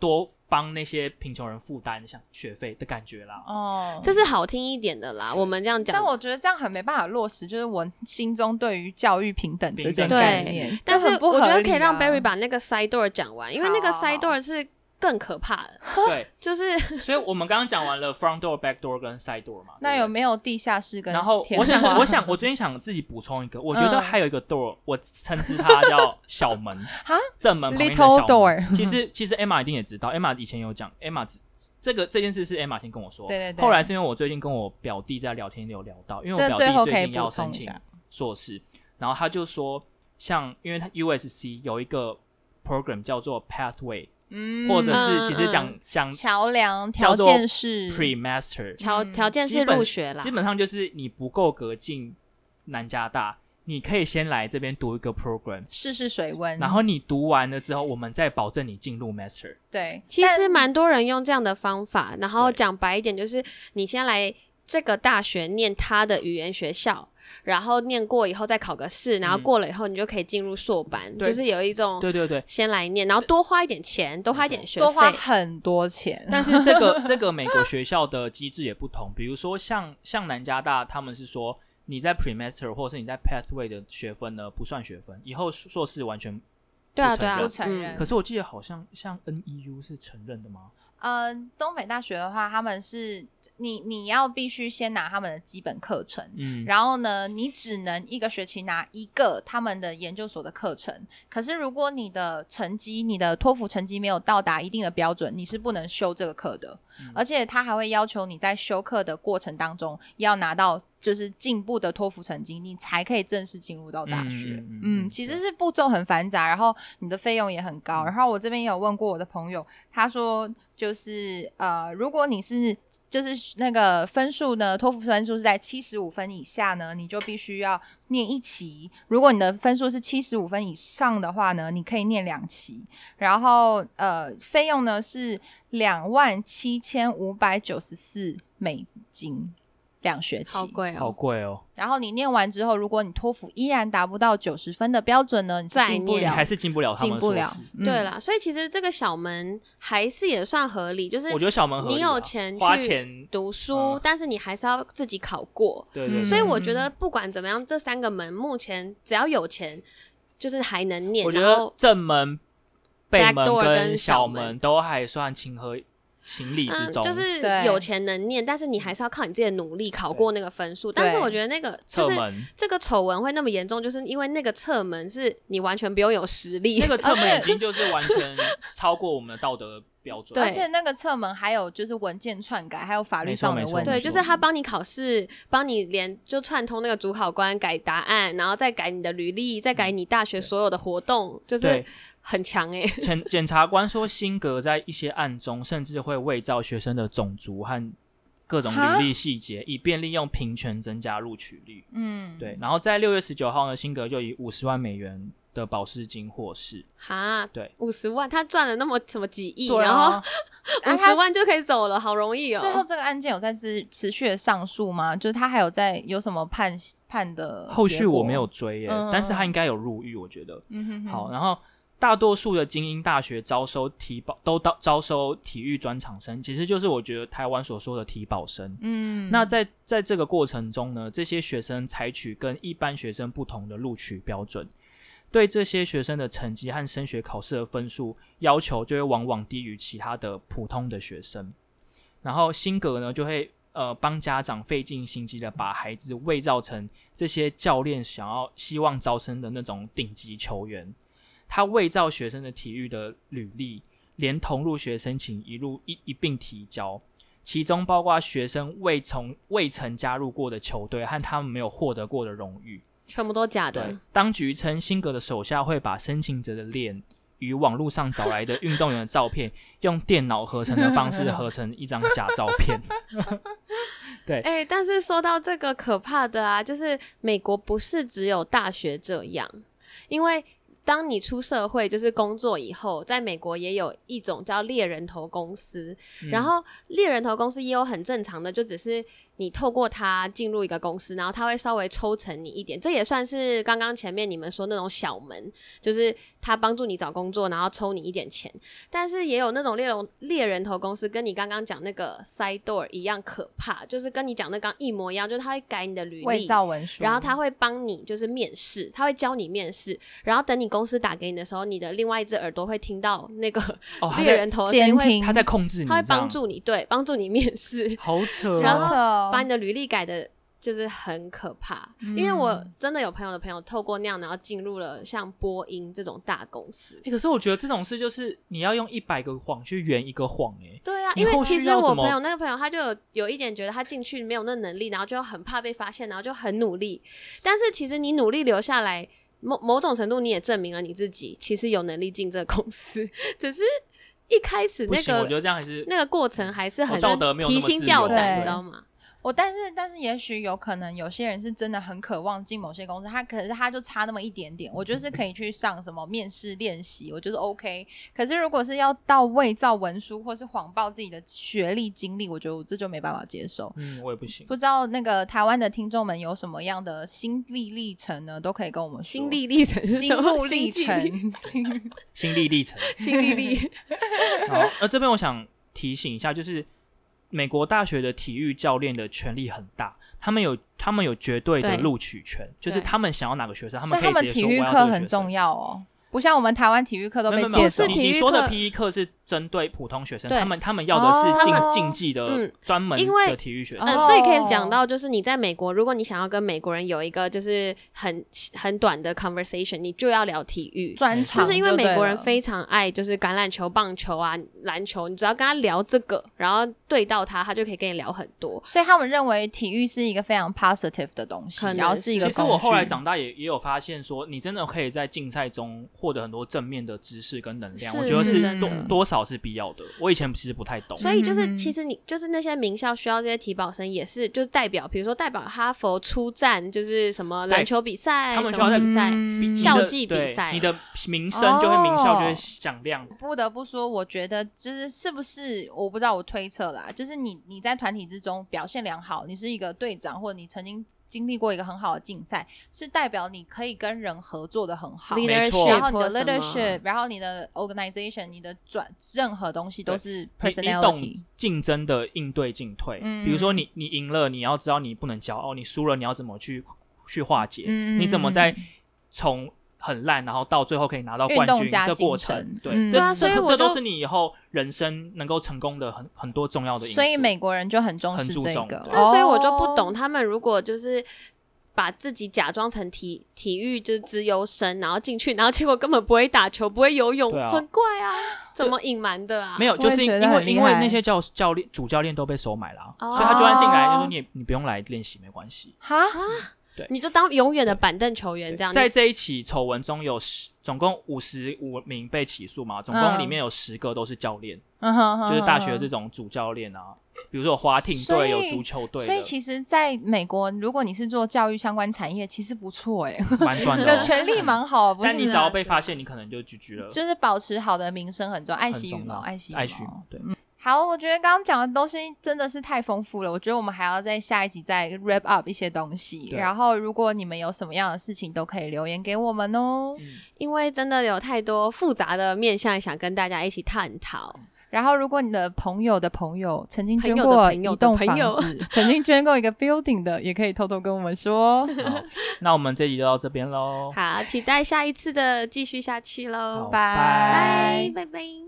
Speaker 3: 多帮那些贫穷人负担像学费的感觉 啦。
Speaker 1: 哦，
Speaker 2: 这是好听一点的
Speaker 3: 嗯
Speaker 2: 啦，我们这样讲。
Speaker 1: 但我觉得这样很没办法落实，就是我心中对于教育平等这件
Speaker 3: 平
Speaker 2: 等
Speaker 1: 概
Speaker 2: 对
Speaker 1: 念。
Speaker 2: 但是
Speaker 1: 这很不
Speaker 2: 我觉
Speaker 1: 合
Speaker 2: 得
Speaker 1: 理
Speaker 2: 可以让
Speaker 1: 啊
Speaker 2: Barry 把那个 side door 讲完，因为那个
Speaker 1: 好好
Speaker 2: side door 是更可怕的，
Speaker 3: 对，
Speaker 2: 就是
Speaker 3: 所以我们刚刚讲完了 front door、back door 跟 side door 嘛。
Speaker 1: 那
Speaker 3: 对不对
Speaker 1: 有没有地下室跟
Speaker 3: 然后
Speaker 1: 天
Speaker 3: 我想
Speaker 1: 花，
Speaker 3: 我想，我最近想自己补充一个，我觉得
Speaker 1: 嗯
Speaker 3: 还有一个 door，、我称之它叫小门
Speaker 1: 哈
Speaker 3: 正门旁边的
Speaker 1: Little
Speaker 3: 小门
Speaker 1: door
Speaker 3: 其实其实 Emma 一定也知道，Emma 以前有讲，Emma 只这个这件事是 Emma 先跟我说，
Speaker 1: 对对对
Speaker 3: 后来是因为我最近跟我表弟在聊天有聊到，因为
Speaker 1: 这
Speaker 3: 我表
Speaker 1: 最后
Speaker 3: 弟
Speaker 1: 可以
Speaker 3: 最近要
Speaker 1: 补充
Speaker 3: 申
Speaker 1: 一
Speaker 3: 请
Speaker 1: 下
Speaker 3: 硕士，然后他就说，像因为他 USC 有一个 program 叫做 Pathway，、
Speaker 1: 嗯
Speaker 3: 或者是其实
Speaker 2: 嗯
Speaker 3: 讲、
Speaker 2: 嗯
Speaker 3: 讲
Speaker 1: 桥梁条
Speaker 3: 叫做
Speaker 1: 件是
Speaker 3: pre master，
Speaker 2: 条
Speaker 1: 嗯
Speaker 2: 条件
Speaker 3: 基
Speaker 2: 是
Speaker 3: 本
Speaker 2: 入学啦
Speaker 3: 基。本上就是你不够格进南加大，你可以先来这边读一个 program，
Speaker 1: 试试水温，
Speaker 3: 然后你读完了之后，我们再保证你进入 master。
Speaker 1: 对，
Speaker 2: 其
Speaker 1: 但
Speaker 2: 实蛮多人用这样的方法，然后
Speaker 3: 对
Speaker 2: 讲白一点，就是你先来这个大学念他的语言学校，然后念过以后再考个试，然后
Speaker 3: 嗯
Speaker 2: 过了以后你就可以进入硕班，
Speaker 3: 对
Speaker 2: 就是有一种
Speaker 3: 对对对，
Speaker 2: 先来念，然后多花一点钱，多花一点学
Speaker 1: 多花
Speaker 2: 费。
Speaker 1: 很多 钱，
Speaker 3: 但是这个 这个美国学校的机制也不同，比如说像像南加大，他们是说你在 premaster 或是你在 pathway 的学分呢不算学分，以后硕士完全。
Speaker 2: 对啊，
Speaker 3: 不承
Speaker 2: 对啊
Speaker 3: 认
Speaker 1: 不，承认
Speaker 2: 嗯
Speaker 3: 可是我记得好像像 NEU 是承认的吗？
Speaker 1: 呃，东北大学的话，他们是你你要必须先拿他们的基本课程。
Speaker 3: 嗯，
Speaker 1: 然后呢，你只能一个学期拿一个他们的研究所的课程。可是如果你的成绩，你的托福成绩没有到达一定的标准，你是不能修这个课的。
Speaker 3: 嗯
Speaker 1: 而且他还会要求你在修课的过程当中要拿到就是进步的托福成绩，你才可以正式进入到大学。
Speaker 3: 嗯嗯
Speaker 1: 嗯
Speaker 3: 嗯嗯
Speaker 1: 其
Speaker 3: 对嗯
Speaker 1: 实是步骤很繁杂，然后你的费用也很高。然后我这边也有问过我的朋友，他说就是呃，如果你是就是那个分数呢，托福分数是在七十五分以下呢，你就必须要念一期；如果你的分数是七十五分以上的话呢，你可以念两期。然后呃，费用呢是两万七千五百九十四美金，两学期
Speaker 2: 好。贵
Speaker 3: 好
Speaker 2: 哦，
Speaker 3: 贵哦，
Speaker 1: 然后你念完之后，如果你托福依然达不到九十分的标准呢，你是
Speaker 2: 再
Speaker 1: 进不
Speaker 2: 念
Speaker 3: 你
Speaker 1: 了，
Speaker 3: 还是进不了他们
Speaker 1: 进
Speaker 3: 的
Speaker 1: 不
Speaker 3: 硕
Speaker 1: 了
Speaker 3: 士。。
Speaker 1: 嗯
Speaker 2: 对，啦，所以其实这个小门还是也算合理，就是
Speaker 3: 我觉得小门合理啊
Speaker 2: 你有钱去
Speaker 3: 花钱，
Speaker 2: 读书
Speaker 3: 嗯，
Speaker 2: 但是你还是要自己考过，
Speaker 3: 对对对，
Speaker 2: 所以我
Speaker 1: 嗯
Speaker 2: 觉得不管怎么样，这三个门目前只要有钱，就是还能念。
Speaker 3: 我觉
Speaker 2: 然
Speaker 3: 得
Speaker 2: 后
Speaker 3: 正门、背
Speaker 2: back
Speaker 3: 门
Speaker 2: door 跟小
Speaker 3: 小
Speaker 2: 门
Speaker 3: 门都还算情合情理之
Speaker 2: 嗯，
Speaker 3: 中，
Speaker 2: 就是
Speaker 1: 对
Speaker 2: 有钱能念，但是你还是要靠你自己的努力考过那个分数。但是
Speaker 1: 对
Speaker 2: 我觉得那个就
Speaker 3: 侧
Speaker 2: 是
Speaker 3: 门
Speaker 2: 这个丑闻会那么严重，就是因为那个侧门是你完全不用有实力
Speaker 3: 那，个侧
Speaker 1: 而
Speaker 3: 门
Speaker 1: 且
Speaker 3: 已经就是完全超过我们的道德标准。
Speaker 1: 而
Speaker 2: 对
Speaker 1: 且那个侧门还有就是文件篡改，还有法律
Speaker 3: 没错
Speaker 1: 上的
Speaker 3: 没错
Speaker 1: 问题。
Speaker 2: 对，
Speaker 3: 没
Speaker 2: 就
Speaker 3: 错
Speaker 2: 是他帮你考试，帮你连就串通那个主考官改答案，然后再改你的履历，再改你大学所有的活动，就是
Speaker 3: 嗯对，
Speaker 2: 很强哎、
Speaker 3: 检检察官说，辛格在一些案中甚至会伪造学生的种族和各种履历细节，以便利用平权增加录取率。
Speaker 1: 嗯，
Speaker 3: 对，然后在六月十九号呢，辛格就以五十万美元的保释金获释。
Speaker 2: 哈，
Speaker 3: 对，
Speaker 2: 五十万他赚了那么什么几亿，
Speaker 3: 对
Speaker 2: 然后
Speaker 3: 啊，
Speaker 1: 啊
Speaker 2: 五
Speaker 1: 他
Speaker 2: 十万就可以走了，好容易哦。
Speaker 1: 最后这个案件有在持持续的上诉吗？就是他还有在有什么判判的？
Speaker 3: 后续我没有。追耶、
Speaker 1: 呃嗯
Speaker 3: 但是他应该有入狱，我觉得。
Speaker 1: 嗯哼哼，
Speaker 3: 好，然后大多数的精英大学招收体保都到招收体育专场生，其实就是我觉得台湾所说的体保生。
Speaker 1: 嗯，
Speaker 3: 那在在这个过程中呢，这些学生采取跟一般学生不同的录取标准，对这些学生的成绩和升学考试的分数要求就会往往低于其他的普通的学生。然后辛格呢，就会呃帮家长费尽心机的把孩子伪造成这些教练想要希望招生的那种顶级球员。他伪造学生的体育的履历，连同入学申请一路一一并提交。其中包括学生未从未曾加入过的球队和他们没有获得过的荣誉。
Speaker 2: 全部都假
Speaker 3: 对
Speaker 2: 的，，
Speaker 3: 当局称辛格的手下会把申请者的脸与网络上找来的运动员的照片，用电脑合成的方式合成一张假照 片。
Speaker 2: 哎、但是说到这个可怕的啊，就是美国不是只有大学这样，因为当你出社会就是工作以后，在美国也有一种叫猎人头公司，
Speaker 3: 嗯
Speaker 2: 然后猎人头公司也有很正常的，就只是你透过它进入一个公司，然后它会稍微抽成你一点，这也算是刚刚前面你们说那种小门，就是他帮助你找工作，然后抽你一点钱。但是也有那种猎人猎人头公司，跟你刚刚讲那个 side door 一样可怕，就是跟你讲那刚一模一样，就是他会改你的履
Speaker 1: 伪
Speaker 2: 历。
Speaker 1: 造文书，
Speaker 2: 然后他会帮你，就是面试，他会教你面试。然后等你公司打给你的时候，你的另外一只耳朵会听到那个
Speaker 3: 哦，他
Speaker 2: 猎
Speaker 3: 在
Speaker 2: 人头的声音
Speaker 1: 监
Speaker 2: 会
Speaker 1: 听，
Speaker 3: 他在控制你，
Speaker 2: 他会
Speaker 3: 这样
Speaker 2: 帮，助你，对，帮助你面试，
Speaker 3: 好扯哦、嗯
Speaker 2: 然
Speaker 1: 好
Speaker 2: 后
Speaker 1: 扯哦
Speaker 2: 把你的履历改的，就是很可怕。因为我真的有朋友的朋友透过那样，然后进入了像波音这种大公司。
Speaker 3: 欸可是我觉得这种事就是你要用一百个谎去圆一个谎、欸，
Speaker 2: 对啊，
Speaker 3: 你
Speaker 2: 因为
Speaker 3: 后
Speaker 2: 其
Speaker 3: 续
Speaker 2: 实
Speaker 3: 要
Speaker 2: 我
Speaker 3: 怎么
Speaker 2: 朋友那个朋友，他就有有一点觉得他进去没有那能力，然后就很怕被发现，然后就很努力。但是其实你努力留下来，某某种程度你也证明了你自己其实有能力进这个公司，只是一开始
Speaker 3: 不
Speaker 2: 那
Speaker 3: 行，我觉
Speaker 2: 个
Speaker 3: 得这样还是
Speaker 2: 那个过程还是
Speaker 3: 我
Speaker 2: 很
Speaker 3: 道德没有那
Speaker 2: 提
Speaker 3: 么
Speaker 2: 心
Speaker 3: 自
Speaker 2: 吊
Speaker 3: 由
Speaker 2: 胆，你
Speaker 1: 对
Speaker 2: 知道吗？
Speaker 1: 我但是但是，也许有可能有些人是真的很渴望进某些公司，他可是他就差那么一点点，我觉得是可以去上什么面试练习，我觉得 OK。可是如果是要到伪造文书或是谎报自己的学历经历，我觉得我这就没办法接受。
Speaker 3: 嗯，我也不行。
Speaker 1: 不知道那个台湾的听众们有什么样的心历历程呢？都可以跟我们说。
Speaker 2: 心历历程是
Speaker 1: 心
Speaker 2: 什么、
Speaker 1: 路历
Speaker 2: 心际
Speaker 1: 程，
Speaker 3: 心历历程。
Speaker 2: 心 历历，
Speaker 3: 好，那这边我想提醒一下，就是美国大学的体育教练的权力很大，他们有他们有绝对的
Speaker 2: 对
Speaker 3: 录取权，就是
Speaker 1: 对
Speaker 3: 他们想要哪个学生，他
Speaker 1: 所
Speaker 3: 们
Speaker 1: 以他
Speaker 3: 可以
Speaker 1: 们
Speaker 3: 直
Speaker 1: 体
Speaker 3: 接说我
Speaker 1: 育
Speaker 3: 要
Speaker 1: 课
Speaker 3: 这个
Speaker 1: 很
Speaker 3: 学生
Speaker 1: 重。要哦，不像我们台湾体育课都
Speaker 3: 没
Speaker 1: 被
Speaker 3: 有没
Speaker 1: 接
Speaker 3: 有，
Speaker 1: 走
Speaker 2: 是。
Speaker 3: 你
Speaker 2: 体
Speaker 3: 你
Speaker 2: 育
Speaker 3: 说的
Speaker 2: 课
Speaker 3: PE 课是针对普通学生，
Speaker 2: 对
Speaker 3: 他们他们要的是竞
Speaker 1: 哦
Speaker 3: 竞技的
Speaker 2: 嗯
Speaker 3: 专门
Speaker 2: 因为
Speaker 3: 的体育学生。
Speaker 2: 嗯，这也可以讲到，就是你在美国，如果你想要跟美国人有一个就是很很短的 conversation，你就要聊体育，
Speaker 1: 专
Speaker 2: 就
Speaker 1: 场，
Speaker 2: 是因为美国人非常爱就是橄榄球、棒球啊、篮球，你只要跟他聊这个，然后对到他，他就可以跟你聊很多。
Speaker 1: 所以他们认为体育是一个非常 positive 的东西
Speaker 2: 可，能
Speaker 1: 然后是一个
Speaker 3: 其
Speaker 1: 工具。
Speaker 3: 实我后来长大也也有发现说，你真的可以在竞赛中获得很多正面的知识跟能量，
Speaker 2: 是
Speaker 3: 我觉得
Speaker 1: 是
Speaker 3: 是
Speaker 1: 真
Speaker 3: 多
Speaker 1: 的
Speaker 3: 多少是必要的。我以前其实不太懂，
Speaker 2: 所以就
Speaker 1: 嗯
Speaker 2: 是，其实你就是那些名校需要这些体保生，也是就是代表，比如说代表哈佛出战，就是什么
Speaker 3: 对
Speaker 2: 篮球比赛、
Speaker 3: 他们
Speaker 2: 什
Speaker 3: 需要
Speaker 2: 么
Speaker 3: 在
Speaker 2: 比赛，
Speaker 1: 嗯
Speaker 3: 你的
Speaker 2: 校际比
Speaker 3: 对
Speaker 2: 赛
Speaker 3: 你的名声就会名校
Speaker 1: 哦
Speaker 3: 就会响亮。
Speaker 1: 不得不说，我觉得就是是不是我不知道，我推测啦，就是你你在团体之中表现良好，你是一个队长，或者你曾经经历过一个很好的竞赛，是代表你可以跟人合作的很好。
Speaker 3: 没
Speaker 2: leadership，
Speaker 3: 错
Speaker 1: 然后你
Speaker 2: 或
Speaker 1: 的
Speaker 2: 什么
Speaker 1: leadership，然后你的 organization，你的转任何东西都是
Speaker 3: 你你懂
Speaker 1: personality。
Speaker 3: 竞争的应对进退，
Speaker 1: 嗯
Speaker 3: 比如说你你赢了，你要知道你不能骄傲；你输了，你要怎么去去化解？
Speaker 1: 嗯
Speaker 3: 你怎么在从很烂，然后到最后可以拿到
Speaker 1: 运
Speaker 3: 冠
Speaker 1: 动
Speaker 3: 军
Speaker 1: 加
Speaker 3: 这
Speaker 1: 精
Speaker 3: 过
Speaker 1: 神
Speaker 3: 程？对，
Speaker 1: 嗯
Speaker 3: 这
Speaker 1: 对
Speaker 2: 啊所以
Speaker 3: 这
Speaker 2: 我
Speaker 3: 这都
Speaker 2: 就是
Speaker 3: 你以后人生能够成功的很很多重要的因素。
Speaker 1: 所以美国人就很重视
Speaker 3: 很注
Speaker 1: 这
Speaker 3: 重
Speaker 1: 个，
Speaker 2: 对，所以我就不
Speaker 1: 哦
Speaker 2: 懂他们如果就是把自己假装成体体育就是资优生，然后进去，然后结果根本不会打球，不会游泳，
Speaker 3: 对啊
Speaker 2: 很怪啊，怎么隐瞒的啊？
Speaker 3: 没
Speaker 2: 有，
Speaker 3: 有，就
Speaker 1: 我
Speaker 3: 是
Speaker 1: 也觉
Speaker 3: 因
Speaker 1: 得
Speaker 3: 为
Speaker 1: 很厉
Speaker 3: 因为
Speaker 1: 害
Speaker 3: 那些教教练主教练都被收买了啊、
Speaker 2: 哦
Speaker 3: 所以他就算进来就说你也你不用来练习没关系。
Speaker 1: 哈，
Speaker 2: 啊你就当永远的板凳球员这样。
Speaker 3: 在这一起丑闻中有十，总共五十五名被起诉嘛，总共里面有十个都是教练，
Speaker 1: 嗯哼
Speaker 3: 就是大学
Speaker 1: 这。
Speaker 3: 这种主教练啊，比如说有滑艇
Speaker 1: 所
Speaker 3: 队、
Speaker 1: 以
Speaker 3: 有足球队
Speaker 1: 所以
Speaker 3: 的，
Speaker 1: 其实，在美国，如果你是做教育相关产业，其实不错 哎、
Speaker 3: 蛮赚
Speaker 1: 你的
Speaker 3: 的哦。
Speaker 1: 权利蛮好，不是
Speaker 3: 但
Speaker 1: 吗？
Speaker 3: 你只要被发现，你可能就 GG 了，
Speaker 1: 就是保持好的名声很重要，爱
Speaker 3: 很
Speaker 1: 惜羽
Speaker 3: 重
Speaker 1: 毛，嗯
Speaker 3: 要
Speaker 1: 爱惜
Speaker 3: 爱
Speaker 1: 惜
Speaker 3: 惜。毛，对，
Speaker 1: 好，我觉得刚刚讲的东西真的是太丰富了，我觉得我们还要在下一集再 wrap up 一些东西。
Speaker 3: 对
Speaker 1: 然后，如果你们有什么样的事情，都可以留言给我们哦。
Speaker 3: 嗯
Speaker 2: 因为真的有太多复杂的面向想跟大家一起探讨。
Speaker 1: 然后，如果你的朋友的朋友曾经捐
Speaker 2: 朋友的
Speaker 1: 过
Speaker 2: 朋友
Speaker 1: 一
Speaker 2: 的
Speaker 1: 栋
Speaker 2: 朋
Speaker 1: 房
Speaker 2: 友
Speaker 1: 子，曾经捐过一个 building 的，也可以偷偷跟我们说哦。
Speaker 3: 好，那我们这集就到这边喽，
Speaker 2: 好，期待下一次的继续下去喽，
Speaker 3: 哦好
Speaker 1: 拜
Speaker 2: 拜拜拜。